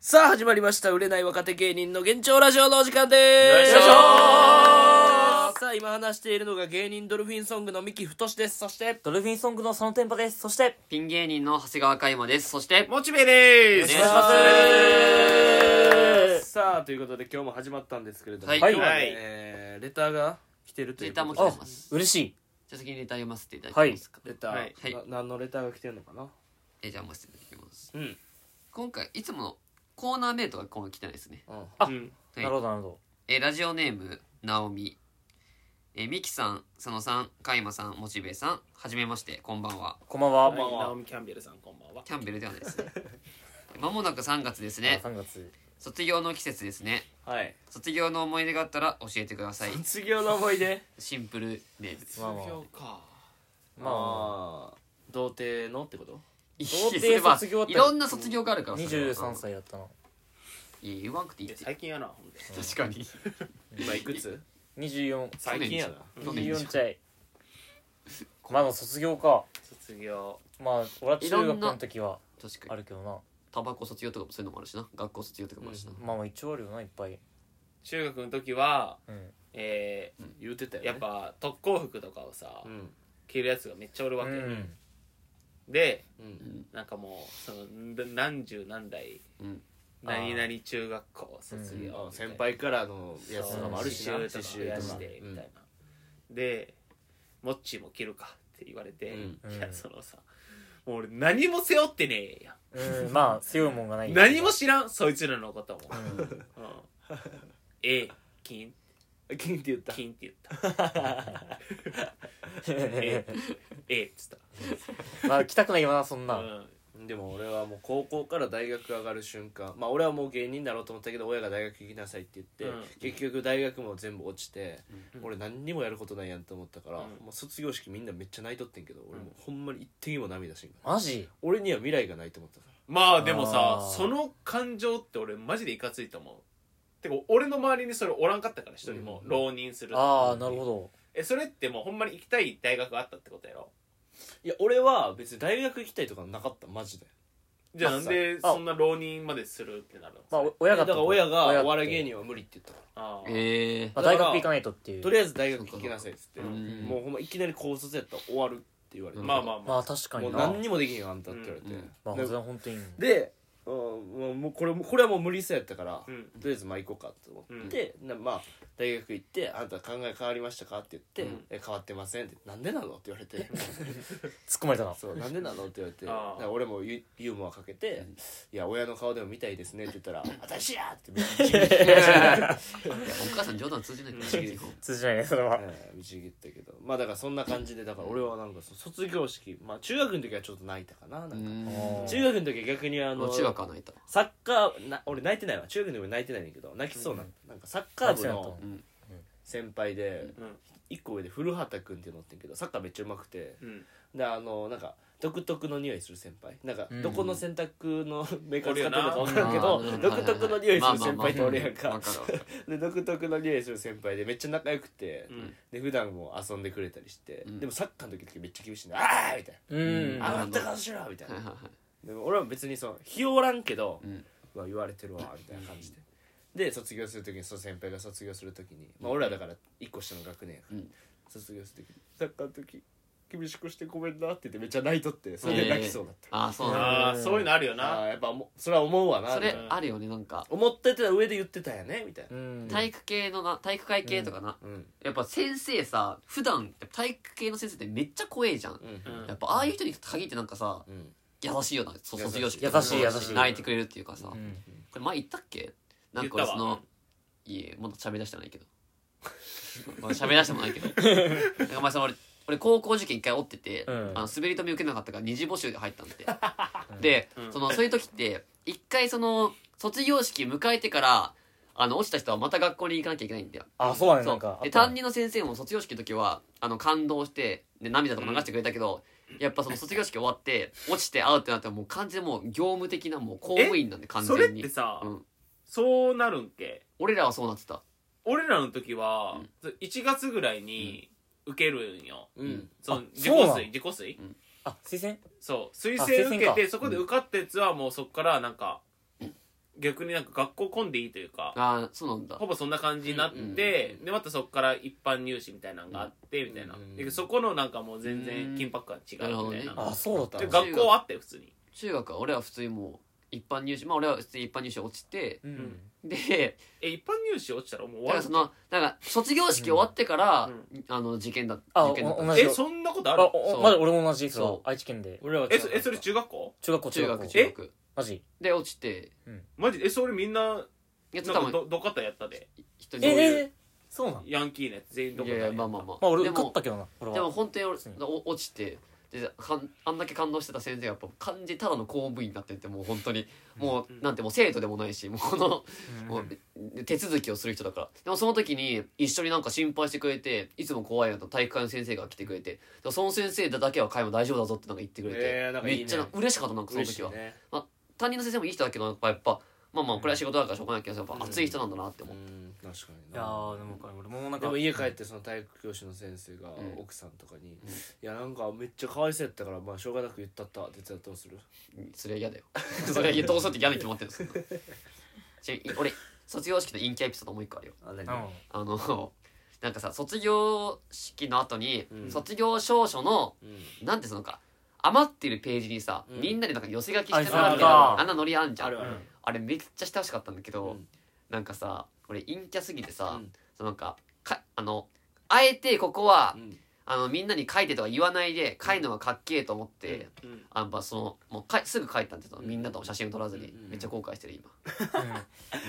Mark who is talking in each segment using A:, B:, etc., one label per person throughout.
A: さあ始まりました売れない若手芸人の現状ラジオのお時間で
B: い
A: す
B: しょ
A: さあ今話しているのが芸人ドルフィンソングの三木太ですそして
C: ドルフィンソングのそのテンポです。そして、
D: ピン芸人の長谷川海馬です。そして、
B: モチベでーす
C: お願いします
A: さあということで今日も始まったんですけれども、
D: はい
A: 今日はね、
B: はい
A: えーレターが来てるということで
D: レターも来てます
C: 嬉しい。
D: じゃあ先にネタ読ませていただきますか。
A: レター、
B: はい
D: はい
A: な何のレターが来てるのかな
D: えじゃあ読ませていただきます。
A: うん、
D: 今回、いつものコーナーメイトが今回来てないですね。
A: うん
C: あ
B: うん
D: はい
C: なるほど、なるほ
D: えーラジオネーム、なおみ。えー、みきさん、佐野さん、海馬さん、モチベさん、はじめまして、こんばんは。
C: ど。こんばんは。
B: はいナオミ・キャンベルさんこんばんは
D: キャンベルではないですね。まもなく3月です
C: あ
D: ね。
C: 3月。
D: 卒業の季節ですね。
A: はい
D: 卒業の思い出があったら教えてください。
A: 卒業の思い出
D: シンプルネームです。
C: まあまあ
B: か
C: まあ、
A: あ童貞のってこと
D: い
C: 童貞
D: やそれは
C: 卒業って
D: いろんな卒業があるから。それは
C: 23。歳だったの。
D: いや、言わんくていいって。
B: 最近やなほんで
D: 確かに。
A: 今いくつ
C: 24。
D: 去年じゃん去年じゃん
C: 24ちゃい。まあ、卒業か。
B: 卒業
C: まあ、俺は中学の時は
D: 確
C: あ
D: かに
C: るけどな。
D: タバコ卒業とかもそういうのもあるしな学校卒業とかもあるしな、
C: まあまあ、一応あるよな、いっぱい。
B: 中学の時は
C: うん。
B: え
A: 言うてたよ、
B: ー
A: ね、
B: やっぱ特攻服とかをさ
A: うん
B: 着るやつがめっちゃおるわ
C: う
B: け
C: ん。
B: で
A: うん
B: なんかもうそのん何十何代
D: うん
B: 何々中学校卒
C: うん
B: 業
A: あ先輩からのやつ
B: そう
A: とかもあるしな
B: 刺繍とか増や
A: 刺繍
B: し
A: とか
B: てみたいなで「モッチーも着るか」って言われて
A: う
C: うん
B: いやそのさもう俺何も背負ってねえやん
C: うん、まあ、背負うもんがない。
B: 何も知らんそいつらのことも
C: うん。
B: うん A 金
A: うん 金って言った
B: 金って言った A A っつっ
C: まあ、来たくないよな、そん
B: た、
C: な。
B: うん、
A: でも俺はもう高校から大学上がる瞬間まあ俺はもう芸人になろうと思ったけど親が大学行きなさいって言って、
B: うん
A: 結局大学も全部落ちて、
B: うん
A: 俺何にもやることないやんと思ったから、
B: うん
A: もう卒業式みんなめっちゃ泣いとってんけど俺もうほんまに一滴も涙しんから
C: マジ
A: 俺には未来がないと思ったか
B: まあでもさ
C: あー
B: その感情って俺マジでいかついと思うてか俺の周りにそれおらんかったから一人も
A: うん
B: 浪人する
C: ああ、なるほ
B: ど
C: ど。
B: えそれってもうほんまに行きたい大学があったってことやろ
A: らいや俺は別に大学行きたいとかなかったマジで
B: じゃあなんで
C: あ
B: そんな浪人までするってなるの
C: まあ、お
A: だ
C: 親が
A: か
C: ってこと。
A: ら親がお笑い芸
C: 人。
A: 人は無理って言ったから
B: あー
D: ええ
C: まあ、大学行かないとっていう
A: と。りあえず大学行きなさいっつって、
D: うん
A: もうほんまいきなり高卒やったら終わるって言われて、
D: うん
B: まあまあま
C: ま
B: あ
C: あ、確か
A: も
C: に
A: う
C: な。
A: 何にもできんよあんたって言われて、
D: うん
C: まあ、
A: で
C: それは本当にいい。
A: で、うん、もうこれもこれはもう無理そうやったから、
B: うん
A: とりあえずまあ行こうかと思って、なまあ大学行って「あんた考え変わりましたか?」って言って
B: うん
A: 「え変わってません」って「なんでなの?」って言われて
C: 突っ込まれたな
A: 「そうなんでなの?」って言われて
B: あー
A: だから俺もユユーモアかけて「いや親の顔でも見たいですね」って言ったら「私や!」って導き
D: いやお母さん冗談通じないから
C: 通じないねそれは
A: うん導きったけどまあだからそんな感じでだから俺はなんかそ卒業式まあ中学の時はちょっと泣いたかななんか
C: ん
A: 中学の時は逆にあの
D: 中学は泣いた
A: サッカーな俺泣いてないわ中学でも泣いてないねんだけど泣きそうな,、なんかサッカー部の
D: うん
A: 先輩で
B: うん
A: 一個上で古畑君っていうのおってんけどサッカーめっちゃうまくて
B: うん
A: であのなんか独特の匂いする先輩なんか
C: うん
A: どこの洗濯のメーカー
B: お
A: 使って
B: る
A: る
B: よ
A: の
B: な
A: か分からんけど独特の匂いする先輩と俺やん
D: わ
A: か
D: かるわかる
A: で独特の匂いする先輩でめっちゃ仲良くて
B: うん
A: で普段も遊んでくれたりして
D: うん
A: でもサッカーの時だけめっちゃ厳しいねああ!」みたい
C: うん
A: な「あ
D: あ
A: ああったかしろ!」みたい
D: はいはい
A: な
D: は
A: でも俺は別にその日おらんけど
D: いうん
A: うわ言われてるわみたいな感じでで卒業する時にその先輩が卒業する時に、まあ、俺らだから1個下の学年やから、
D: うん
A: 卒業する時にサッカーの時厳しくしてごめんなって言ってめっちゃ泣いとってそれで泣きそうだった、
D: ああそうなんだ
B: ああそういうのあるよ
A: あ
B: な
A: ーやっぱもうそれは思うわな
D: それ
A: みたいな
D: あるよねなんか
A: 思ってた上で言ってたんやねみたいな
C: うん
D: 体育系のな体育会系とかな
A: うん
D: やっぱ先生さ普段体育系の先生ってめっちゃ怖えじゃん
A: うん
B: うん
D: やっぱああいう人に限ってなんかさ
A: うん
D: 優しいよなそ卒業式
C: 優しい優しい
D: 泣いてくれるっていうかさ
C: うん
D: これ前言ったっけなんか
B: 言
D: 俺
B: った
D: そ
B: わ
D: のいえまだ喋り出してないけど まだ喋り出してもないけどなんか前その俺俺高校受験一回折ってて、
C: うん
D: あの滑り止め受けなかったから二次募集で入ったんでで、
B: うん
D: そのそういう時って一回その卒業式迎えてからあの落ちた人はまた学校に行かなきゃいけないんだよ
C: あそうだね
D: そ
C: な
D: うん
C: か
D: で担任の先生も卒業式の時はあの感動してで涙とか流してくれたけど、やっぱその卒業式終わって落ちて会うってなったらもう完全にもう業務的なもう公務員なんで完
B: それっ
D: 全に
B: てさ、
D: うん
B: そうなるんけ
D: 俺らはそうなってた
B: 俺らの時は
D: うん、
B: 1月ぐらいに受けるんよ、
A: うん
D: うん
B: そ
C: あ
B: の自己
C: そうなの
B: 水自己水
C: あ推薦
B: そう推
C: あ
B: 薦
C: 推薦
B: 受け
C: か
B: てそこで受かったやつはもうそこからなんか、逆になんか学校混んでいいというか
D: ああそうなんだ
B: ほぼそんな感じになって、
D: うんうん
B: でまたそこから一般入試みたいなのがあってみたいな、
A: うん
B: でそこのなんかもう全然緊迫感違うみたいな,、
D: うんなるほどね
C: あそうだった
B: で
C: んだ
D: が
B: 学校はあって普通に
D: 中学は俺は普通にもう一般入試まあ俺は普通に一般入試落ちて
C: うん
D: で
B: え一般入試落ちたらもう終
D: だか
B: わ
D: ら
B: る
D: そのなんか卒業式終わってから、
B: う
D: あの受験だ
C: あ
D: 受験だった
C: お
D: ん
C: 同
D: です
C: じ
B: えそんなことある
C: あお
D: そう
C: まだ俺も同じそ
D: そう
C: 愛知県で
A: 俺らは
B: え
A: 違
B: そ
A: かった
B: えそれ中学校
C: 中学校
D: 中
C: 中学校
D: 学中学
C: マジ
D: で落ちて
C: うん
B: マジでえそれみんな
D: やっ
B: な
D: て
B: ん
D: た
B: か
D: もん
B: どどっかったやったで
D: 人
C: え
D: に
C: えそうなの
B: ヤンキーのやつ全員ど
D: い
B: こ
D: や
B: か
D: い
B: で
D: やまあまあまあ
C: まあ俺
D: で
C: 受か
D: も
C: ったけどな俺
D: でも
C: は
D: 本当に
C: う
D: 俺
C: ん
D: お落ちてでかんあんだけ感動してた先生がやっぱ完全にただの公務員になっててもう本当にも
B: うん
D: うなんてもう生徒でもないしもうこの
C: うん
D: もう手続きをする人だからでもその時に一緒になんか心配してくれていつも怖いなと体育会の先生が来てくれてでその先生だけは会話大丈夫だぞってなんか言ってくれて、
A: えーなんかいいね
D: めっちゃな嬉しかったなんかその
A: 嬉し
D: 時
A: い
D: は、
A: ね
D: 担任の先生もいい人だけどやっぱやっぱまあまあこれは仕事だからしょうがないけどやっぱ熱い人なんだなって
A: う
D: 思って、
A: ん確かに
C: いや
A: な
C: ーでもこれ俺もな
A: で
C: んか
A: も家帰ってその体育教師の先生が
D: うん
A: 奥さんとかに「いやなんかめっちゃかわいそうやったからまあしょうがなく言ったった」って言ったらどうする
D: それは 嫌だよそれはどうするって嫌に決まってるんですけどちなみに俺卒業式の陰キャエピソードもう一個あるよ
A: あ
C: うん
D: あのなんかさ卒業式の後に、
A: うん
D: 卒業証書の
A: うん
D: なんてそのか余ってるページにさ、
A: うん
D: みんなでなんか寄せ書きしてもらうみたい
C: あそう
D: なあんなノリあんじゃ
A: あ
D: んあ
A: るある
D: れめっちゃしてほしかったんだけど、
A: うん
D: なんかさ俺陰キャすぎてさ、
A: うん
D: そのなんかかあのあえてここは、
A: うん
D: あのみんなに書いてとか言わないで書いのがかっけえと思って、
B: うん
D: あやっぱそのもうかいすぐ書いたんだけど、
A: うん
D: みんなとも写真を撮らずに、
A: うん
D: めっちゃ後悔してる今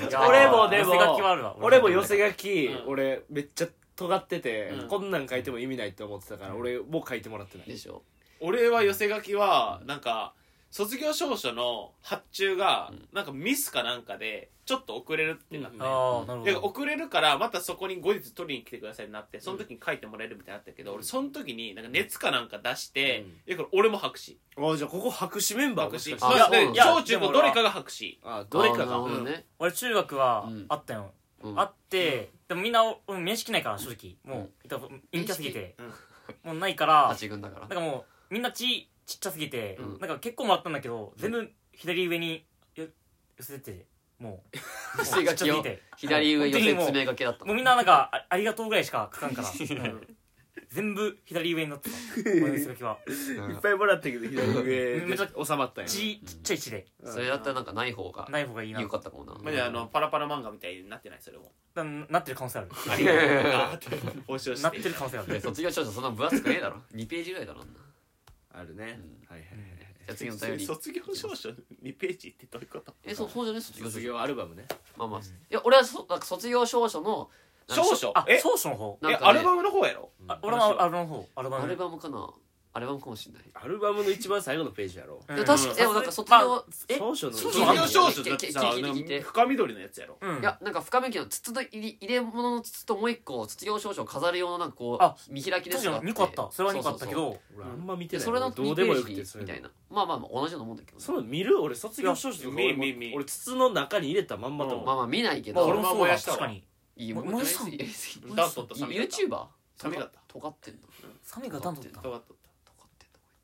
C: いやー
A: 俺もでも
C: 寄せ書きはあるわ
A: 俺も寄せ書き
B: うん
A: 俺めっちゃ尖ってて
B: うん
A: こんなん書いても意味ないって思ってたから俺もう書いてもらってな
D: で
A: い
D: しょ
B: 俺は寄せ書きはなんか卒業証書の発注が
D: うん
B: なんかミスかなんかでちょっと遅れるってなって、
A: うん
C: ああなるほ
B: で
C: ど
B: 遅れるからまたそこに後日取りに来てくださいになってその時に書いてもらえるみたいになったけど、俺その時になんか熱かなんか出して、えこれ俺も白紙
A: あじゃあここ白紙メンバー
B: 白紙
D: あ
A: もしかして
B: まあ
D: そう
B: で
D: なんだ
B: 小中高どれかが白紙
A: あどれか
D: あーな
A: が
D: るほどね、
C: 俺中学は
D: うん
C: あったよ
D: うん
C: あってでもみんな俺面識ないから正直もう陰キャすぎて
B: うん
C: もうないから
D: 八軍だか
C: な
D: ら
C: んかもうみんなちちっちゃすぎて、
D: うん
C: なんか結構もらったんだけど、全部左上によ寄せてても う
D: 寄
C: も
D: せ書きを
C: うちっちゃすぎて
D: 左上寄せ
C: もう
D: 詰めがけだった
C: もうみんななんかあありがとうぐらいしか書かんから、うん全部左上になってた俺の寄せ書きは
D: うん
A: いっぱいもらったけど左上
C: め
A: で
C: っちゃ
A: 収まったんや
C: ちちっちゃいちで
D: それだったらなんかない方が
C: ない方がいいな
D: 良かったかもな、
B: まあ、であのパラパラ漫画みたいになってないそれ も
C: だなってる可能性ある
B: ありがとうあーって報酬
C: な
B: し
C: っててる可能性あ
D: で
C: る
D: 卒業証書そんな分厚くねえだろ2ページぐらいだろあんな
A: あるね
D: うん
A: はいはいはい
D: じゃあ次のお便り
B: 卒業証書2ページってどういうこと
D: えそうそうじゃね卒業証
A: 卒
D: 書
A: 業アルバムね
D: まあまあいや俺はそなんか卒業証書のなんか
B: 証書
C: あ
B: え
C: ソースの方
D: なん
B: え
D: か
B: ア
D: ね
B: ルバムの方やろ
C: あ俺のアルバムの方アルバム
D: アルバムかなアルバムかもしれない
A: アルバムの一番最後のページやろ
C: うん
D: でも確かでもなんか卒業
C: まあえ
A: 当初の
D: そう
B: 卒
D: そう
B: 業証書だって
D: 聞
B: さ
D: いて
B: なん
D: 聞いて
B: か深緑のやつやろ
C: うん
D: いやなんか深めきの筒の入り入れ物の筒ともう一個卒業証書を飾る用のなんかこ
C: あ
D: う見開きです
C: 確かに2個あったそれは2個あったけど
D: そうそうそう
A: 俺あんま見て
D: で
A: ない
D: それの
A: 俺ど
D: 2
A: う
D: ペ
A: でも
D: ー
A: よくて
D: ジ
A: そう
D: み
A: うの
D: たいなまあまあまあ同じようなもんだけどね
A: そういうの見る俺卒業証書とか俺
B: 見る見る
A: 俺筒の中に入れたまんまと思う
D: まあまあ見ないけ
C: まあ俺
D: ど
C: も
B: まあ
C: そう
B: 燃
C: だ
B: やしたわ
C: 確かに
D: いいもん
C: ももやしさん
D: やりすぎ
B: ダントとサミダン
D: YouTuber?
B: サミダンタ
D: 尖ってんの
C: サミがダンだった
B: 尖っとった
D: 尖ってんのこい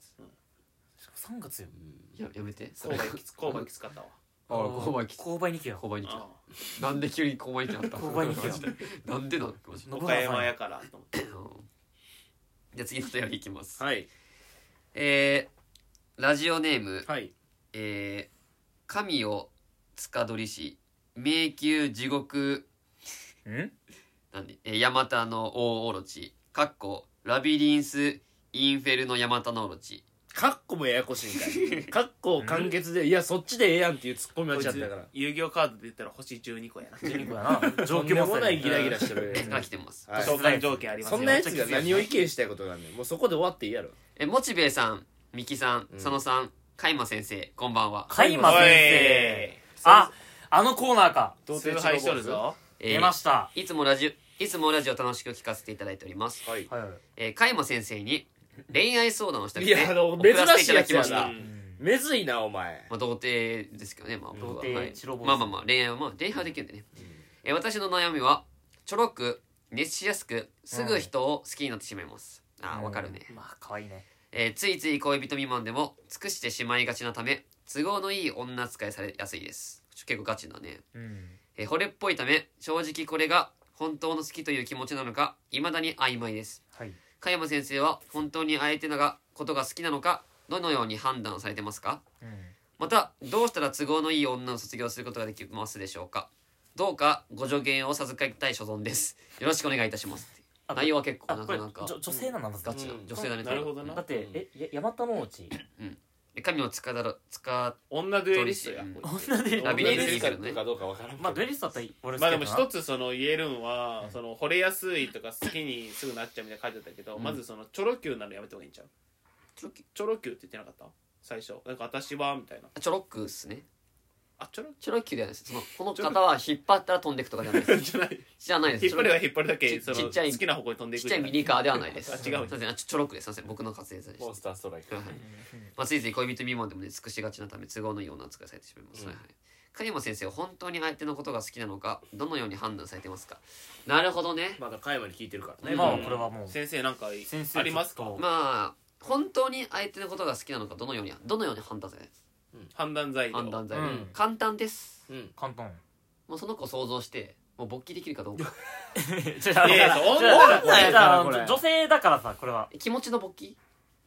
D: つ
C: 3月よ
D: ややめて
B: 購買きつ購買きつかったわ
D: あ購買機
C: 購買に来よ
D: 購買に来た
B: あ
D: なんで急に購買に来たった
C: 購買に来た
D: マジで なんでなんマジで
B: ー岡山やからと思って
D: うんじゃあ次のお便りいきます
A: はい
D: えーラジオネーム
A: はい
D: えー神を司りし迷宮地獄
C: ん
D: なんで、えー、ヤマタの大オロチ、かっこ、ラビリンス、インフェルノヤマタノオロチ。
A: カッコもややこしいんか いカッコを簡潔でいやそっちでええやんっていうツッコミ
B: こ
A: 待
B: い
A: ち
B: つ
A: やったから
B: 遊戯王カードで言ったら星12個やな
C: 12個やな
A: と
C: 上
A: ん
C: 級
A: で
C: も
A: もないギラギラしてる
D: え、から来てます。
A: はい
B: 召喚条件あります
A: そ
B: よ
A: んなやつが何を意見したいことがあんねんもうそこで終わっていいやろ
D: え、モチベイさん、ミキさん、
A: うん
D: 佐野さん、カイマ先生、こんばんは。
C: カイマ
B: お
C: 先
B: い
C: 生ああのコーナーか
B: 崇拝しとるぞ
D: えー
C: 出ました
D: いつもラジオ、いつもラジオ楽しく聞かせていただいております。
A: はい
C: はいはい
D: えー、カイマ先生に恋愛相談をしたく
A: い
D: て、
A: やあの
D: 送らせていただきま
A: 珍し
D: し
A: いやつや
D: た
A: な。めずいなお前
D: まあ、童貞ですけどね、まあ、僕
C: 童
D: は、
C: 貞
D: はい
C: 白坊主
D: まあまあまあ恋愛はまあ恋愛はできるんでね、えー私の悩みはちょろく熱しやすくすぐ人を好きになってしまいます、ああわかるね、
C: まあ可愛いね
D: えーついつい恋人未満でも尽くしてしまいがちなため都合のいい女扱いされやすいです結構ガチだね、
C: うん
D: えー惚れっぽいため正直これが本当の好きという気持ちなのか未だに曖昧です
C: はい
D: 加山先生は本当に相手のがことが好きなのかどのように判断されてますかまたどうしたら都合のいい女を卒業することができますでしょうかどうかご助言を授かりたい所存ですよろしくお願いいたします
C: あ
D: 内容は結構
C: あ
D: な
C: こ
D: か
C: れ
D: なか
C: じょ女性なんだ
D: ガチな
A: うん
D: 女性だね
B: なるほどな
C: だってえや山田の内
D: え神を使だろ使
B: 女デュエリストや
D: うん
C: 女で
D: ラビリンスですよね
A: かどうかわからんけど
C: まあドエリストだったら俺好き
B: まあ
C: だ
B: で
C: な
B: も一つその言えるんは、その惚れやすいとか好きにすぐなっちゃうみたいな書いてあったけど、
D: うん
B: まずそのチョロ Q なのやめた方がいいんちゃう
D: ちょろき
B: チョロ Q って言ってなかった最初なんか私はみたいな
D: あちょろっくっすね
B: あチョロ
D: ちょろっきゅうではないですそのこの方は引っ張ったら飛んでいくとかじゃない です
B: じゃない
D: じゃないです
B: 引っ張れば引っ張るだけ
D: ち
B: その
D: ちっちゃい
B: 好きな方向に飛んでい
D: ち
B: く
D: っちゃいミニカーではないです
B: あ違
D: すいうませんあちょちょろっくですすいません僕の滑舌でした
A: モンスターストライク
D: はいまあ、ついつい恋人未満でもね尽くしがちなため都合のいい女を扱いされてしまいます、はいはい狩山先生は本当に相手のことが好きなのかどのように判断されてますかなるほどね
A: まだ加山に聞いてるからね
C: まあ
A: うん
C: これはもう
B: 先生なんか
C: 先生
B: あります
C: ち
B: か
C: ょっと
D: まあ本当に相手のことが好きなのかどのようにどのように判断され
B: 判断材料
D: 判断材料、
C: うん
D: 簡単です
A: うん
C: 簡単
D: もうその子を想像してもう勃起できるかどう か
C: じ
B: いやいやそう女だから
A: 女だからこれ
C: 女性だからさこれは
D: 気持ちの勃起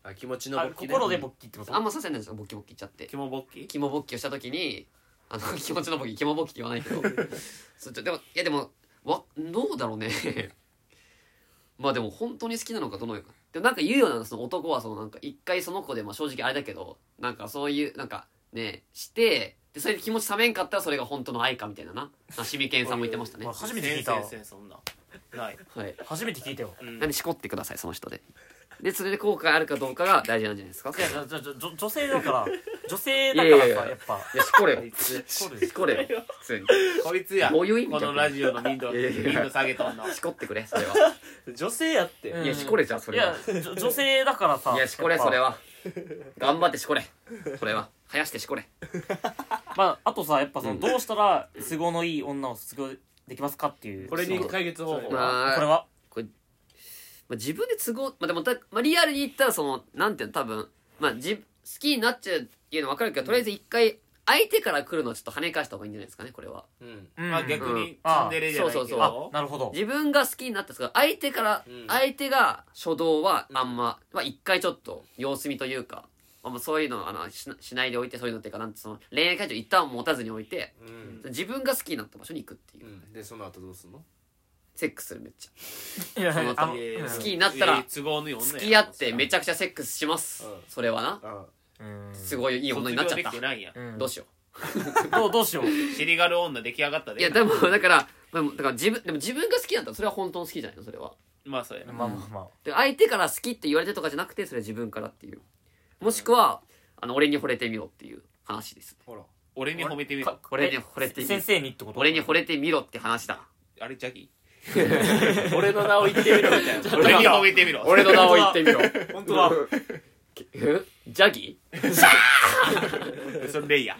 A: あ気持ち
C: あ
A: の
C: 心で勃起ってこと
D: あんまさせないんですよ勃起勃起いっちゃって
B: 肝勃起
D: 肝勃起をした時にあの 気持ちの勃起肝勃起って言わないけ どそうちょでもいやでもわどうだろうね まあでも本当に好きなのかどのようかでもなんか言うようなその男はそのなんか一回その子でまあ正直あれだけどなんかそういうなんかねしてでそれで気持ち冷めんかったらそれが本当の愛かみたいななあシミケンさんも言ってましたね
C: まあ初めて聞いたわ
B: 先生そんなない、
D: はい
C: 初めて聞いたよ
B: うん
D: なんでしこってくださいその人ででそれで後悔あるかどうかが大事なんじゃないですか
C: いやじゃじゃじゃ女女性だ から女性だ
D: いやい
C: か
D: やい
C: らさ
D: や
C: やっぱ
D: いやしこれ
B: こいつ
C: しこる
D: しこれよ普通に
B: こいつや
D: こういう意味
B: このラジオの民度
D: いやいやいや
B: 民度下げとんの
D: しこってくれそれは
A: 女性やって
C: うん
D: いやしこれじゃんそ
C: い
D: れは
C: やじょ女性だからさ
D: いやしこれ
C: やっぱ
D: それは頑張ってしこれそれは生やしてしこれ
C: まああとさやっぱそ
D: うん
C: のどうしたら都合のいい女を卒業できますかっていう
A: これに解決方法は
D: まあ
C: これは
D: まあ自分で都合まあでもた、まあ、リアルに言ったらそのなんていうの多分まあじ好きになっちゃうっていうの分かるけどとりあえず一回相手から来るのはちょっと跳ね返した方がいいんじゃないですかねこれは
A: うん
C: うん
B: まあ逆
D: う
B: にツンデレじゃないけど
D: あそうそう
C: あなるほど
D: 自分が好きになったんですけど相手から、
A: うん
D: 相手が初動はあんま、まあ一回ちょっと様子見というか、まあ、そういうのあのしなしないでおいてそういうのっていうかなんてその恋愛感情一旦持たずにおいて
A: うん
D: 自分が好きになった場所に行くっていう、
A: うんでその後どうすんの
D: セックスするめっちゃ
C: いや
D: その
C: あの
B: いやいや
D: 好きになったら
B: いや都合のいい女や
D: 付き合ってめちゃくちゃセックスします、
A: うん
D: それはな
A: あ
C: うん
D: すごいいい女になっちゃっ
B: 卒
D: た
B: 業できてないやん
C: うん
D: どうしよ
C: どうどうしよう
B: 尻がる女出来上がった
D: う
B: で
D: いやでもだからまあだから自分でも自分が好きなんだったらそれは本当の好きじゃないのそれは
B: まあそうやな
C: まあまあま
D: で相手から好きって言われてとかじゃなくてそれは自分からっていうもしくはあの俺に惚れてみろっていう話です
A: ほら
B: 俺に褒めてみ
C: あ
B: ろ
D: 俺に惚れてみろ
C: 先生にってこと
D: 俺に惚れてみろって話だ
B: あれジャギ
A: 俺の名を言ってみろみた いな
B: 俺に褒めてみろ
D: 俺の名を言ってみろ
C: 本当だ
D: えジャギ
B: それレ イヤ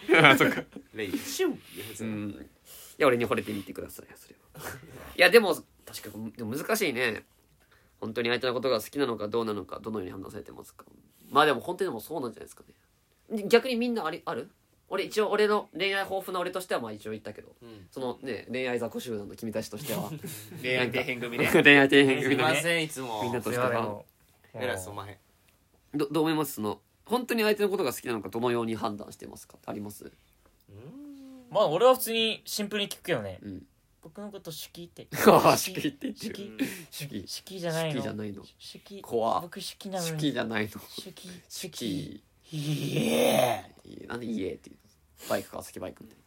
A: レイ
C: シュン
D: うんいや俺に惚れてみてくださいそれはい やでも確かにでも難しいね本当に相手のことが好きなのかどうなのかどのように判断されてますかまあでも本当にでもそうなんじゃないですかね逆にみんなありある俺一応俺の恋愛豊富な俺としてはまあ一応言ったけど
A: うん
D: そのね恋愛雑魚集団の君たちと しては
B: 恋愛底辺組ね
D: 恋愛底辺
A: すい
D: 組の
A: ま
D: ね
A: せんいつも
D: みんなと
C: すい
D: して
C: ません
D: は
C: もう
A: えらいすんまへん
D: どどう思いますその本当に相手のことが好きなのかどのように判断してますかってあります
C: まあ俺は普通にシンプルに聞くけどね
D: うん
C: 僕のこと好きって
D: ああ好きって言って
C: 好
D: る
C: き
B: うん
D: 主義
C: 好きじゃないの
D: 好きじゃないの
C: 好き
D: 怖
C: 僕好きなのに
D: 好きじゃないの
C: 好き
D: 好き
C: いえ
D: なんで家っていうバイク川崎バイクみたいな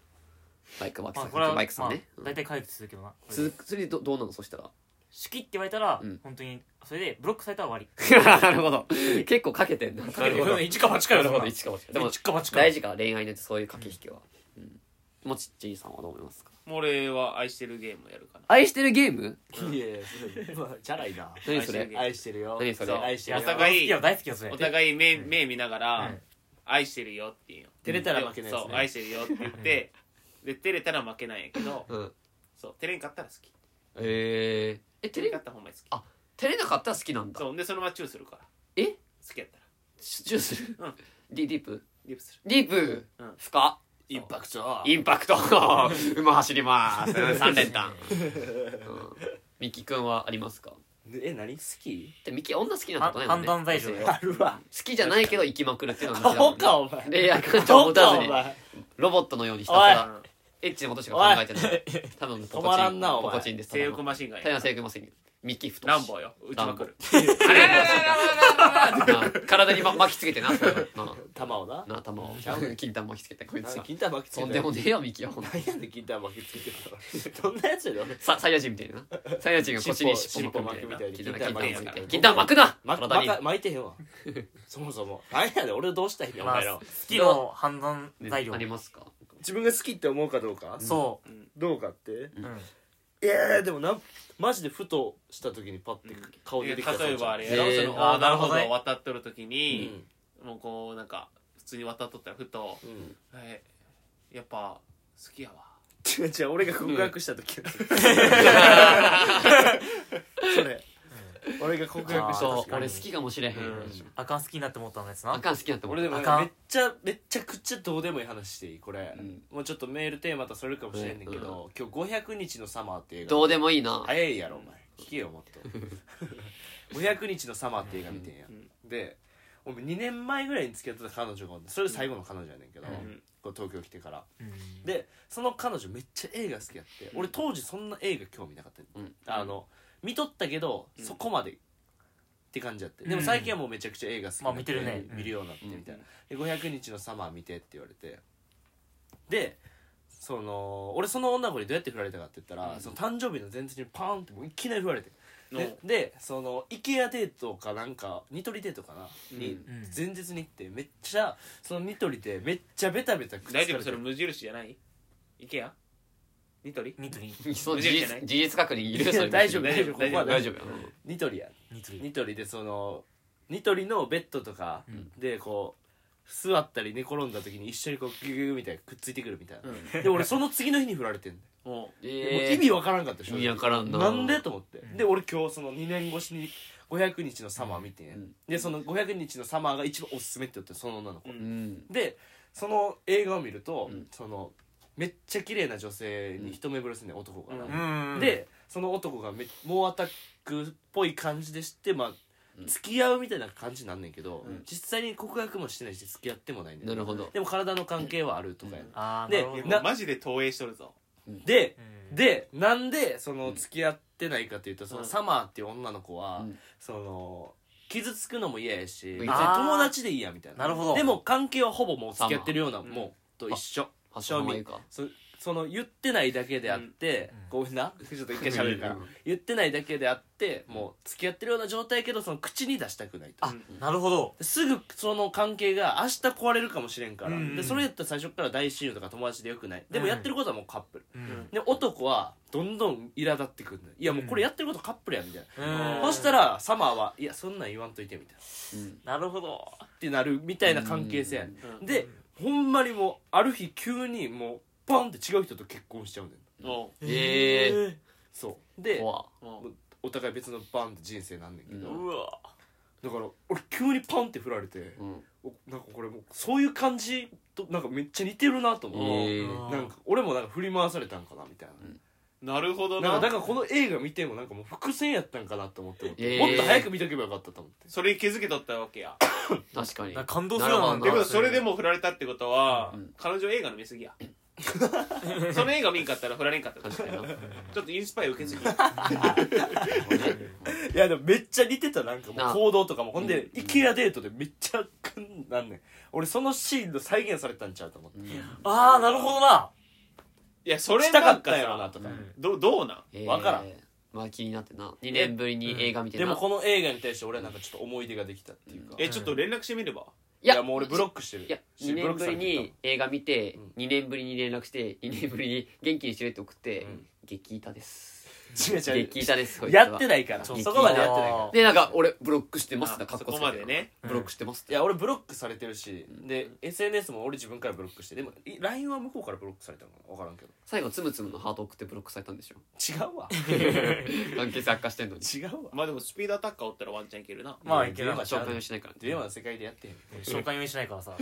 D: バイク川
C: まあ
D: 崎
C: これは
D: バイクさんね、
C: まあ大体解決するけどなこれ
D: 続くそれでどどうなのそしたら
C: 好きって言われたら
D: うん
C: 本当にそれでブロックされたら終わ
D: なるほど結構かけ てんな
C: りかけて
D: なるほど
C: 一か八かよそんな
D: 一か八かでも
C: 一か八か
D: 大事か恋愛によってそういう駆け引きは、うんもちっちいさんはどう思いますか
B: もう俺は愛してるゲームやるかな
D: 愛してるゲーム
A: いやいやそれチャラいな
D: 何それ
B: 愛してる
A: 愛してるよ
D: 何それ
A: う愛してる
B: お
A: よ
B: 互い
C: 好きよ大好きよそれ
B: お互い目目見なが
C: う
B: ら
C: ん
B: 愛してるよっていうの
A: 照れたら負けないやつね
B: そう愛してるよって言っ てで照れたら負けないんやけど
D: うん
B: そう照れんかったら好き
D: えー、え
B: 照
D: 照
B: れ
D: れ
B: んかったらほんまに好き
D: 照れなかったら好きなんだ
B: そうでそのままチューするから
D: え
B: 好きやったら
D: チューする、
B: うん
D: ディディープ
B: リップする
D: ディープ、
B: うん
D: 深
A: インパクト
D: イン パクト馬走ります3連単、うん、ミキ君はありますか
A: え何好き
D: でミキ女好きな
C: は
D: とこないもん
C: 判
D: ね
C: 断材料
D: 女
C: よ
D: 性
A: あるわ
D: 好きじゃないけど行きまくるっていうの
A: アホ
D: は
A: かお前
D: レイヤー感情を
A: どう
D: 持
A: か
D: たず
A: お
D: に
A: 前
D: ロボットのようにひたす
B: あ
D: ら
B: の
D: エッチなことしか考えてないただのポコチン
A: 止まらんなお前
D: ポコチンです
B: 性欲マシンガン
D: 大
B: や
D: 量性欲ませんミキ太
B: ランボーよ打ちまくる
D: あれれれれれれ れれれな体にま巻きつけてなそれな
A: 玉をな
D: な頭を
A: ちゃうね
D: 金玉巻きつけてこいつ
A: 何
D: は
A: 金玉巻きつけ
D: と
A: て
D: んでもねえよミキはほんと
A: 何やねん金玉巻きつけてんの どんなやつやろ
D: さサイヤ人みたいなサイヤ人が腰に尻尾巻くみたいな
A: 尻尾
D: 金
A: 巻
D: 玉
A: くみたいな
D: 巻くみたいな金玉巻くな
A: ま
D: 体に
A: まか巻いてへんわ そもそも何やねん俺どうしたいんやお
C: まあ
A: 前ら
C: 好きの判断材料
D: ありますか
A: 自分が好きって思うかどうか
C: そ
A: どうかって
C: う、うん、
A: いやでもなマジでふとした時にパッて顔出
B: 例
A: てきた
B: えばあれや
D: え
B: ろ
D: ー
B: そのあ
C: あ
B: ー
C: ー
B: なるほど
C: なるほどね
B: 渡っとる時
A: う
B: に
A: ん
B: もうこうなんか普通に渡っとったらふと
A: うん
B: えやっぱ好きやわ
A: 違う違う俺が告白した時それ俺が告白した
D: そ
A: 時
D: う俺好きかもしれへん
B: うん
C: あかん好きになって思ったのやつ
D: あ
C: な
D: かん好きだって
A: 俺でも
C: あ
A: めっ
C: かん
A: ちゃめっちゃくちゃどうでもいい話していいこれ、
D: うん
A: もうちょっとメールテーマとそれるかもしれんねんけど、今日500日のサマーっていう映
D: ど
A: 画
D: うでもいいな
A: 早いやろお前聞けよもっと500日のサマーって映画見てんや、
B: うん
A: で俺2年前ぐらいに付き合ってた彼女がおんねんそれ最後の彼女やねんけど、
B: ん
A: こう東京来てから
C: うん
A: でその彼女めっちゃ映画好きやって俺当時そんな映画興味なかった
D: うん
A: あの見とったけど、
B: うん
A: そこまでって感じやって
C: うん
A: でも最近はもうめちゃくちゃ映画好きにな
C: まあ見てるねうん
A: 見るようになってみたいな、で500日のサマー見てって言われてでその俺その女の子にどうやって振られたかって言ったら、
D: うん
A: その誕生日の前日にパーンってもういきなり振られて
B: の
A: ででその IKEA デートかなんかニトリデートかな、
B: うん
A: に
C: うん
A: 前日に行ってめっちゃそのニトリでめっちゃベタベタくっつかれ
B: 大
A: て
B: 丈夫それ無印じゃないいけやニトリ
C: ニトリ
D: そう事実事実確認許されてる
A: 大丈夫大丈夫こ
B: 大
A: こ
B: 丈夫
A: は
D: 大
A: 大
D: 丈
A: 丈
D: 夫
A: 夫
D: や
A: ニトリや
C: ニトリ
A: ニトリでそのニトリのベッドとか
C: うん
A: でこう座ったり寝転んだ時に一緒にこうギュギュギュみたいなくっついてくるみたいな、
B: う
A: で俺その次の日に振られてんだよ
B: んも
D: え
A: もう意味わからんかったでしょ
D: 意味わからんな
A: なんでと思って、
C: ん
A: で俺今日その2年越しに500日のサマー見てんや、
D: うん
A: でその500日のサマーが一番おすすめって言ってその女の子、
B: う
D: うん
A: でその映画を見ると、
D: うん
A: そのめっちゃ綺麗な女性に一目惚れするねん男が、
B: うん
C: うん
A: でその男がめ猛アタックっぽい感じでして、まあ
D: うん
A: 付き合うみたいな感じになんねんけど、
D: うん
A: 実際に告白もしてないし付き合ってもないねん
D: なるほど
A: でも体の関係はあるとかやねん
C: あー
A: で
C: なるほ
B: う
C: ど
A: な
B: もうマジで投影しとるぞ
A: で
C: うん
A: でなんでその
D: うん
A: 付き合ってないかというとその
B: うん
A: サマーっていう女の子は、
D: うん
A: その傷つくのも嫌やし別に
D: あ
C: ー
A: 友達でいいやみたいな
C: なるほど
A: でも関係はほぼもう付き合ってるような
B: マー
A: もんと一緒
D: あそうまあいいか
A: そその言ってないだけであって、
C: う
A: ごめんなちょっと一回喋るから
D: うんうん
A: 言ってないだけであってもう付き合ってるような状態やけどその口に出したくないと
C: あなるほど
A: すぐその関係が明日壊れるかもしれんから、
C: うんうん
A: でそれやったら最初から大親友とか友達でよくないでもやってることはもうカップル、
C: うん
A: で男はどんどん苛立ってくるのよいやもうこれやってることカップルやみたいな、
C: う
A: そ
C: ん
A: したらサマーはいやそんなん言わんといてみたいな
D: うん
C: なるほど
A: ってなるみたいな関係性やねん
B: うん
A: でほんまにもうある日急にもうバンって違う人と結婚しちゃうねん
B: おう
D: えー
A: そうで
D: 怖っ
B: おう
A: お互い別のバンって人生なんねんけど、
D: うん
C: うわ
A: だから俺急にパンって振られて、
D: うん
A: おなんかこれもうそういう感じとなんかめっちゃ似てるなと思って、
D: え
C: うん
A: なんか俺もなんか振り回されたんかなみたいな、
B: なるほ
A: な
B: ど
A: ん
B: な
A: かだからこの映画見てもなんかもう伏線やったんかなと思って、
D: えー
A: もっと早く見とけばよかったと思って
B: それに気づけとったわけや
D: 確かに
C: なんか感動するような
D: なるほ
B: で
D: ど
B: も
D: な
B: それでも振られたってことは、
D: うん
B: 彼女映画の見過ぎやその映画見んかったら振られんかった
D: 確かにな
B: ちょっとインスパイア受けすぎや
A: いやでもめっちゃ似てたなんかも
D: な
A: う行動とかもほんで
D: うん
A: IKEA デートでめっちゃくんなんねん俺そのシーンの再現されたんちゃうと思って、
C: ああなるほどない
B: やそれ
A: した
B: な
A: か
B: ん
A: っ
B: か
A: たんやろな
B: さ
A: とか、
C: うん
B: どどうなん
D: えー
A: わからん
D: まあ気になってな2年ぶりに映画見て
A: で
D: な
A: もこの映画に対して俺はなんかちょっと思い出ができたっていうか、
B: えちょっと連絡してみれば、
D: い
A: いやもう俺ブロ
D: ッ
A: ックしてる
D: いや
A: し
D: 2
A: ブロッ
D: 年
A: ク
D: ぶ
A: さ
D: り
A: れて
D: に映画見て
A: うん
D: 2年ぶりに連絡して2年ぶりに元気にしてるって送って
A: うん
D: 激痛です
A: 違う違う
D: 激痛ですこいつは
A: やってないから
C: ち
A: そ
C: ょ
D: 激
A: こまでやってないから
C: あー
D: でなんか俺ブロックしてますって
B: あ
D: かっ
B: そ
D: こつけ
B: こ
D: て
B: までね
D: ブロックしてますっ
A: い
D: て
A: や俺ブロックされてるしで SNS も俺自分からブロックしてでもい LINE は向こうからブロックされたのかな分からんけ
D: 最後つむつむのハート送ってブロックされたんで しょ
A: ど違うわ
D: 関係性悪化してんのに
A: 違うわ
B: まあでもスピードアタッカーおったらワンチャンいけるな
C: まあいけなかっ
A: ちゃ
C: た
A: う
D: 紹介をしないからね
A: デュエマの世界でやってへん
C: 紹介もしないからさ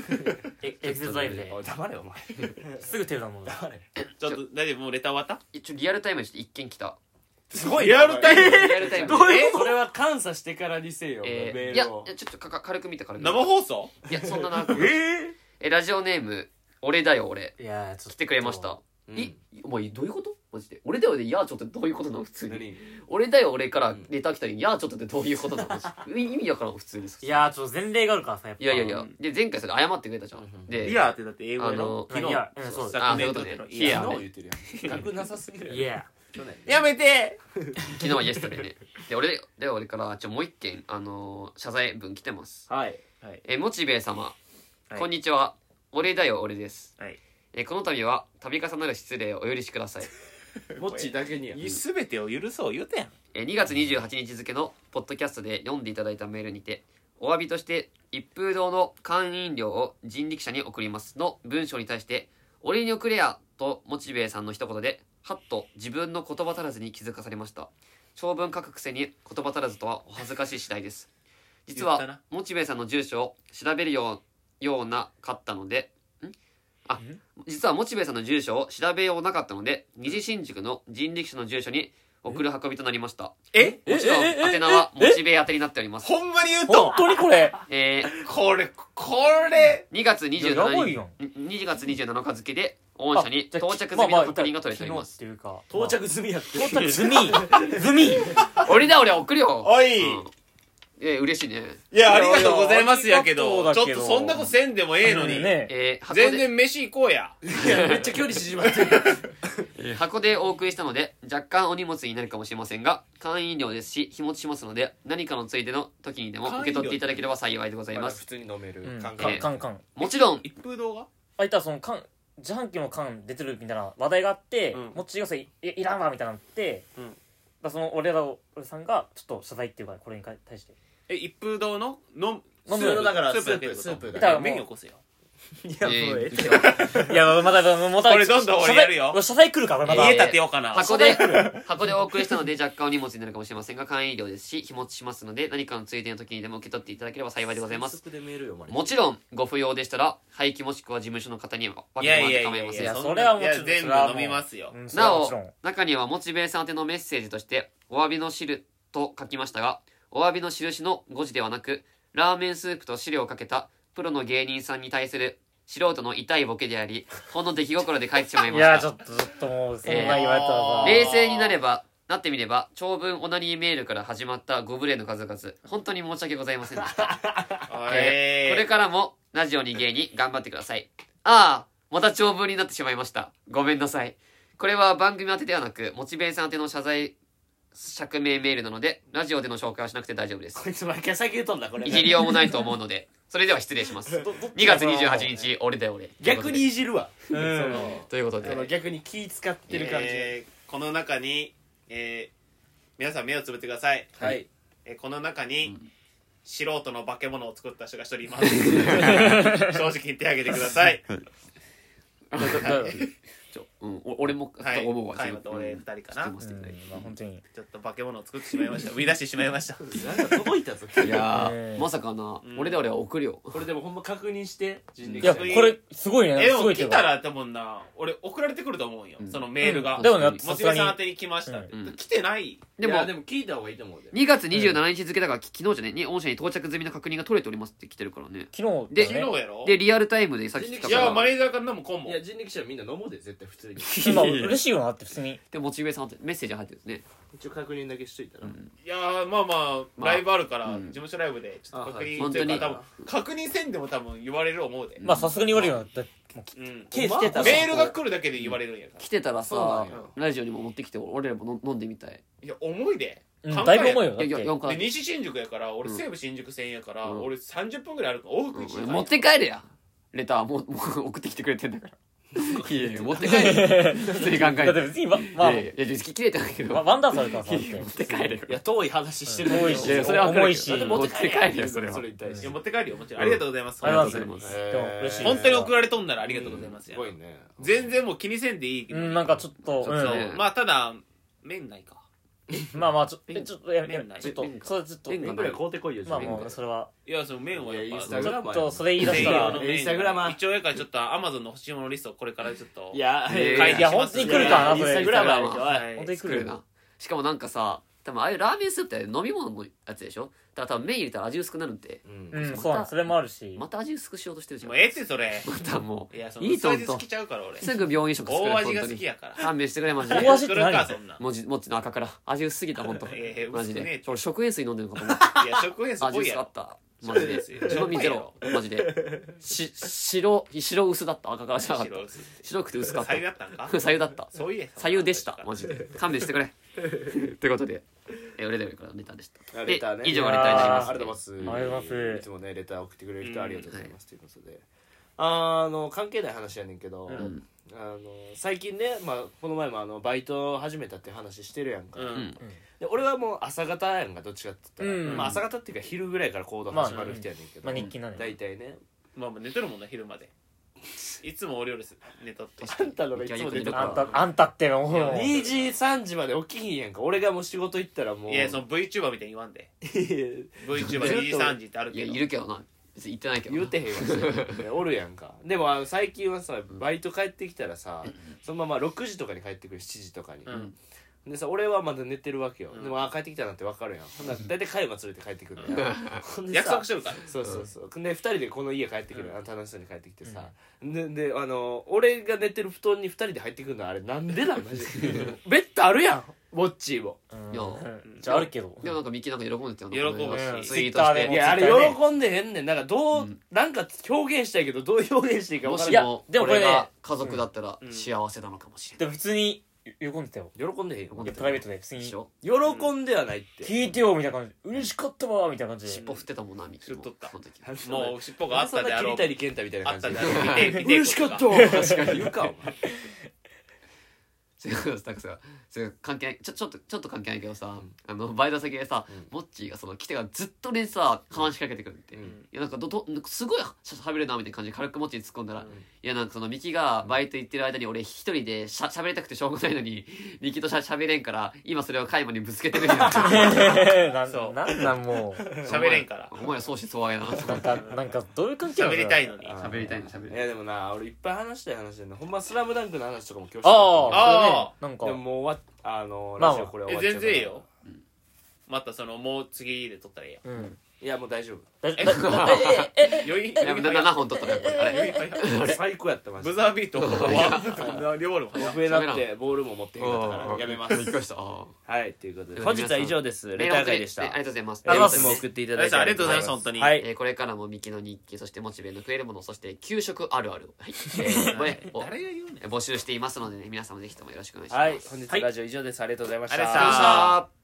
C: えエクセサイルで
A: おい黙れお前
C: すぐ手札もんだ
A: 黙れ
B: ちょっと大丈夫もうレター終わった
D: 一応リアルタイムにちょっと一件来た
A: すごい
B: リアルタイム
D: リアルタイムで
C: どういう
A: えそれは監査してからにせよ、
D: え
A: メ
D: ー、いや
A: ー
D: いやち
A: ル
D: ょ
A: を
D: っとかか軽く見た軽く見
B: 生
D: た
B: 放送
D: いやそんな長く
A: ええ
D: えラジオネーム俺だよ俺
C: いやーちょっと
D: 来てくれました
A: うん
D: いお前どういうことマジで俺だよでいやちょっとどういうことなの普通に
A: 何
D: 俺だよ俺からレター来たのにいやちょっとってどういうことなのマジで意味わからん普通に
C: いやーちょっと前例があるからさやっぱ
D: いやいやいやで前回それ謝ってくれたじゃ
A: うんうん
D: んで
B: リアーってだって英語
D: あ
B: やろ
D: の
C: いやうんそうだ
D: あそういうことね
B: 昨年
D: いや
A: 昨日言ってるやん額なさすぎる
C: いや
A: 去年
B: やめて
D: 昨日はイエストでねで俺で俺からちょもう一件あのー謝罪文来てます
A: はい
B: はい
D: えモチベイ様、
B: はい
D: こんにちは俺だよ俺です、
B: はい
D: えこの度は度重なる失礼をお許しください
A: モッチーだけにや
B: 全てを許そう言うてん
D: えー2月28日付のポッドキャストで読んでいただいたメールにてお詫びとして一風堂の会員料を人力車に送りますの文章に対して「俺に送れや」とモチベーさんの一言ではっと自分の言葉足らずに気づかされました長文書くくせに言葉足らずとはお恥ずかしい次第です実
B: 言ったな
D: はモチベーさんの住所を調べるようようなかったのでんあ実はモチベーさんの住所を調べようなかったので二次新宿の人力車の住所に送る運びとなりました
B: え
D: もちろん宛名はモチベ宛てになっております。
B: ほんまに言う
C: 本
B: と
C: 当にこれ
D: えー、
B: これこれ
D: 2月
C: やばいや
D: 27
C: ん
D: 日、2月27日付で、御社に到着済みの確認が取れており
C: 昨
D: ます。
C: 日っていうか
A: 到着済みやって
C: 到着済み済み
D: 俺だ俺送るよ
B: おい
D: うんえー、嬉しいね。
B: いやありがとうございますやけ
C: いやい
B: ど
C: やあり
B: ち
C: が
B: ょ
C: とうだけ
B: っ
C: ど
B: とそんなことせんでもええのに
C: ね
D: えー箱
B: 全
D: で、
B: 然飯行こうや
A: めっちゃ距離縮まってる
D: 箱でお送りしたので、若干お荷物になるかもしれませんが、会員料ですし、日持ちしますので、何かのついでの時にでも受け取っていただければ幸いでございま
A: 普
D: す。
A: 通に飲める
C: うん
A: 感
D: え
A: 覚
D: ー
C: カンカン
D: もちろん、
B: 一風堂が
C: あいたらその缶自販機の缶出てるみたいな話題があって
B: うん
C: もっちがそれいいいらんわみたいなのって
B: うん
C: だからその俺らを俺さんがちょっと謝罪っていうかこれに対して
B: え一風堂の飲む
C: 飲
A: 普
C: む
A: 通のだから
B: ス
A: ス
B: ープだ
A: ー
B: け
A: プスープ
B: だ
A: だ
B: か
C: け
B: らメニュー起こせよ
A: い
D: え
A: やもうええ
D: ー
C: いやまたまた
B: これどんどん俺やるよ
C: 謝罪謝罪来るからこれま
B: 家
C: た
D: いやいや
B: 建てようかな
D: 箱で、箱でお送りしたので若干お荷物になるかもしれませんが、会員料ですし、日持ちしますので、何かのついでの時にでも受け取っていただければ幸いでございます。
A: 速でメール読まれ
D: もちろん、ご不要でしたら、廃棄もしくは事務所の方に分け
B: い
D: て
B: や
D: もらっ
B: いや
D: て
B: い
D: 構
B: や
D: いま
B: い
D: せん
C: い
B: や
C: やそれはもちろん
B: いや全
C: それはも
B: 部
C: う
B: 飲みますよ
C: うんそれ
D: な
C: はもちろん
D: お、中にはモチベーさん宛てのメッセージとして、お詫びの汁と書きましたが、お詫びの印の誤字ではなく、ラーメンスープと汁をかけた、プロの芸人さんに対する、素人の痛いボケであり、ほんの出来心で書いてしまいま
C: い
D: した。
C: やちょっとちょっともうそんなん言われたらさ
D: 冷静になればなってみれば長文オナニーメールから始まったご無礼の数々本当に申し訳ございませんでした、えーこれ
B: れ
D: からもラジオに芸に頑張ってくださいああまた長文になってしまいましたごめんなさいこれは番組宛てではなくモチベーさん宛ての謝罪釈明メールなのでラジオでの紹介はしなくて大丈夫です
A: こいつ毎回先言うとんだこれ
D: いじりようもないと思うのでそれでは失礼します
A: どどっ
D: 2月28日俺だよ俺
A: 逆にいじるわその
D: ということ
A: その
D: で
A: 逆に気使ってる感じ
B: えーこの中にえー皆さん目をつぶってください
A: はい
B: えーこの中に素人の化け物を作った人が一人います正直に手を挙げてください
D: ちょうんお俺も
B: はい
D: 思うわ
B: 加山と俺
D: う
B: 二
D: ん
B: 人かな
D: ちょっと
C: う
D: 待
C: ん
D: って
C: まあ本当に
B: ちょっと化け物を作ってしまいました生み出してしまいました
A: なんか届いたぞ
D: いや
C: え
D: ー
C: ー
D: まさかな、
B: うん
D: 俺で俺は送るよ
A: これでもほんま確認して人
C: い
A: 力
C: や
A: 車
C: こ
A: で
C: れすごいね
B: 絵
C: すご
B: を
C: いけ
B: 来
C: ど
B: たら多分な俺送られてくると思うんよ
D: うん
B: そのメールが
C: うんでもね
B: モ
C: さ
B: チ
C: す
B: ベさ
C: がに
B: ん宛てに来ましたって
D: うん
B: 来てない
D: で
A: い
D: も
A: やでも聞いた方がいいと思うで
D: 2月27日付だから、き昨日じゃね日本社に到着済みの確認が取れておりますって来てるからね
C: 昨日
D: で
C: だ
B: 昨
C: ね
B: 日やろ
D: でリアルタイムでさっき来た
B: い
D: か
B: やマ
D: ら
B: ネージャーからのもこんも
A: いや人力車はみんな飲もうで絶対普通 に
C: 今嬉しいよなって普通に
D: でモチベさんってメッセージ入ってるんですね
A: 一応確認だけしといたら
B: いやーまあまあ
D: まあ
B: ライブあるから
D: うん
B: 事務所ライブでちょっと
A: あ
B: 確
D: はい
B: 認というか多
A: 本
B: 分確認せんでも多分言われる思うで
D: うん
C: まあさすがに悪いよなって
B: うん
C: ケース来てたら
B: メールが来るだけで言われるんやから
D: 来てたら
A: そうな
D: さ
A: ん
B: や
D: ラジオにも持ってきて俺らも飲飲んでみたい
B: いや重いで
C: うん
B: 考え
C: だいぶ重いよだ
D: い
C: っ
D: や
C: て
D: いや4
B: で
D: 回、
B: 西新宿やから俺
D: うん
B: 西武新宿線やから
D: うん
B: 俺30分ぐらいあるから往
D: う
B: 復
D: ん
B: 1時間
D: 持って帰れやレターもうもう送ってきてくれてんだからいやいや持って帰る普通に考え
C: だって
D: て
C: 別にわ、まあ
D: いやいやいや別に切れてないけど
C: わ、ワンダーされたらさ、だって
D: 持って帰るよ
A: いや遠い話してる
C: 遠い
D: いやいや
C: し、
D: それは分かる
C: 重いし。
D: だって持って帰るよそれは
A: それに対し
B: いや
A: て
B: 持って帰るよもちろんありがとうございます
C: ありがとうござい
D: ま
C: ますす。
A: えー
C: でも嬉しい。
B: 本当に送られとんならありがとうございます
A: す
B: や
A: ごいね
B: 全然もう気にせんでいいけ
C: う
B: ど
C: ん、なんかちょっと、
D: ち
C: う
D: ょっとね
C: ん、
B: そうまあただ麺ないか
C: まあまあ、ちょっと、えちょっと、や
B: 麺ない
C: ちょっと
D: 麺、か
C: それちょっと、
D: 麺
A: 麺ぐらい買うてこいよ
C: まあ
A: 自分
C: も
A: で
C: う、それは、
B: いやその麺はい
A: や
B: や
A: イン
B: っ
A: ス
B: ぱ
A: タ
C: ち
A: グ
C: ょ
A: ラ
C: っ
A: マー
C: と、それ言い出し
A: イン
C: た
A: スタグラマ
C: ら
A: ー、インスタグラマー
B: 一応やからちょっとアマゾンの欲しいものリストをこれからちょっと
A: いや
D: えー
A: 会議
D: いや
A: します
C: 本当に来るかな
A: イン
C: そ
A: ス
C: れ
A: タグラマー
D: インスタグ
A: お
B: は
A: い
B: い
C: 本当に来
D: 作る
C: る。
D: なしかもなんかさ多分ああいうラーメンスープって飲み物のやつでしょだから多分麺入れたら味薄くなるんで
A: うん
C: うん、そうなんそれもあるし。
D: また味薄くしようとしてるじゃん
B: もうええってそれ
D: またも
B: いやそうの
D: いいと
B: 薄
D: ん
B: 味好
D: と
B: きちゃうから俺
D: すぐ病院食作る
B: 大味が
D: 本
B: 好
D: 当に
B: きやから
D: 勘弁してくれマジで
C: 大味っ
B: 作
C: て
B: るか
C: 何
B: そんなん
D: もちもちの赤から味薄すぎた本当
B: ええ
D: マジ
B: 薄くねえっ
D: で
B: て
D: 俺食塩水飲んでるのかと思っ
B: いや食塩
D: た
B: す
D: 味
B: ごい
D: 薄
B: や
D: かっ
B: ろ
D: たマジで
B: 食塩水
D: 白身ゼロマジでし白白薄だった赤からじゃなかった
B: 白薄
D: 白くて薄かっ
B: 左右
D: た
B: だったんか
D: 左右だった
B: そういえ
D: 左右でしたマジで勘弁して くれということでえ俺だからネタでした
A: あレターね
D: で以上
A: いや
D: レターになり
C: ま
A: あ
C: す
A: ありがとうございます
C: ありがとうございます
A: いつもねレター送ってくれる人
B: うん
A: ありがとうございますということであの関係ない話やねんけど
B: うん
A: あの最近ねまあこの前もあのバイトを始めたって話してるやんか
B: うん
A: で俺はもう朝方やんかどっちかって言ったら
C: うん
A: まあ朝方っていうか昼ぐらいから行動始まる人やねんけど
C: まあ日記なんで。
A: 大体ね
B: まあまあ寝とるもんな昼までいつもお料理す寝とって
A: あんたのがいつも出て
D: うん
A: く
C: あ
A: る
C: んた、あんたっての、もう
A: 2時3時まで起きひんやんか俺がもう仕事行ったらもう
B: いやその VTuber みたいに言わんで
A: いや
B: VTuber2 時3時ってある
D: い
B: け
D: や
B: ど
D: いるけどな別に言ってないけどな
A: 言うてへんわそれおるやんかでもあの最近はさバイト帰ってきたらさそのまま6時とかに帰ってくる7時とかに、
B: うん
A: でさ俺はまだ寝てるわけよ、
B: うん
A: でもあ帰ってきたなって分かるやんほんなら大体会話連れて帰ってくるんだよ、ほんでさ
B: 約束しとるから
A: そうそうそうで2人でこの家帰ってくる、あの楽しそうに帰ってきてさ、でであの俺が寝てる布団に2人で入ってくるのあれなんでなんマジで ベッドあるやんウォッチーも
C: うん
D: いや
C: うんじゃああるけど。
D: でもなんかミキなんか喜んでたよ
B: 喜ぶ
D: なんか
B: うん
D: ツイートし
C: Twitter
A: い
D: て
C: で
A: やあれ
C: そうだね
A: 喜んでへんねんなんかどう、
D: うん
A: なんか表現したいけどどう表現していいか
D: も
A: 分か
D: し
A: らん
D: も
C: いやでも
D: こ
C: これ
D: れ
C: ね
D: が家族だったら
B: うん
D: 幸せなのかもしれ
C: でも普通に、喜んでたよ。
A: 喜んでへんよ
D: ない
C: や、プライベートで普通
D: で
C: に
D: し、ょ
A: 喜んではないって、
C: 聞いてよみたいな感じ。嬉しかったわみたいな感じ
D: 尻
C: で。
D: 尾振ってたもんなミキも
B: 振っとった
D: その時
B: もう尻尾があったであろ
A: 桐
B: う
A: 谷健太みたいな
B: あ
A: 感
B: っ
A: じ
B: たで
A: で
B: あろう見て見て
A: 嬉しかった
B: こ
A: わ確かに言うか
D: それこそなんかさそれ関係ないちょちょっとちょっと関係ないけどさ、あのバイト先でさ、
A: うん
D: モッチーがその来てからずっと俺にさ話しかけてくるって、
A: う
D: い
A: ん
D: やなんかどどすごいはしゃべるなみたいな感じで軽くモッチーに突っ込んだら、
B: うん
D: いやなんかそのミキがバイト行ってる間に俺一人でしゃ喋りたくてしょうがないのにミキとしゃ喋れんから今それをイマにぶつけてるんや
C: な
B: そうん
C: なんなんも
B: 喋れんから
D: お前お前ら相思相愛だな
C: うなんかなんかどういう関係なの
B: 喋りたいのに
A: あ
B: あ
A: ー
D: 喋りたいの喋りたい
A: いやでもな俺いっぱい話したい話だねほんま「スラムダンクの話とかも今日した
C: あ
B: あー
C: あそれねなん
A: で
C: か
A: ももう終わっあの
C: まあ
A: ラジオこれ終わっちゃう
B: え全然いいよ
D: うん
B: またそのもう次で撮ったらいいや
C: うん
A: いやもう大丈夫
C: だだ
B: え
C: だえええ
B: 余韻
D: いや無駄だな本当とやっぱ りあれ
A: 最高やったマジ
B: ブ
A: で
B: ザービート は両方も
A: 僕になってボールも持ってへんかったから
D: うん
A: やめます
D: びっくりしたあ
A: はいということで
D: では
A: 本
D: 皆
A: 日
D: さん
A: は以上ですレター会でした
D: ねありがとうございます
C: ありがとうございます
A: いつも送っていただいて
B: ありがとうございます本当に
A: はい
D: えーこれからもミキの日記そしてモチベの食えるものそして給食あるあるを、はいえーこれを
B: 誰が言うねん
D: 募集していますので、ね、皆様ぜひともよろしくお願いします。
A: はい、本日のラジオ以上です。ありがとうございました。
B: ありがとうございました
D: さあ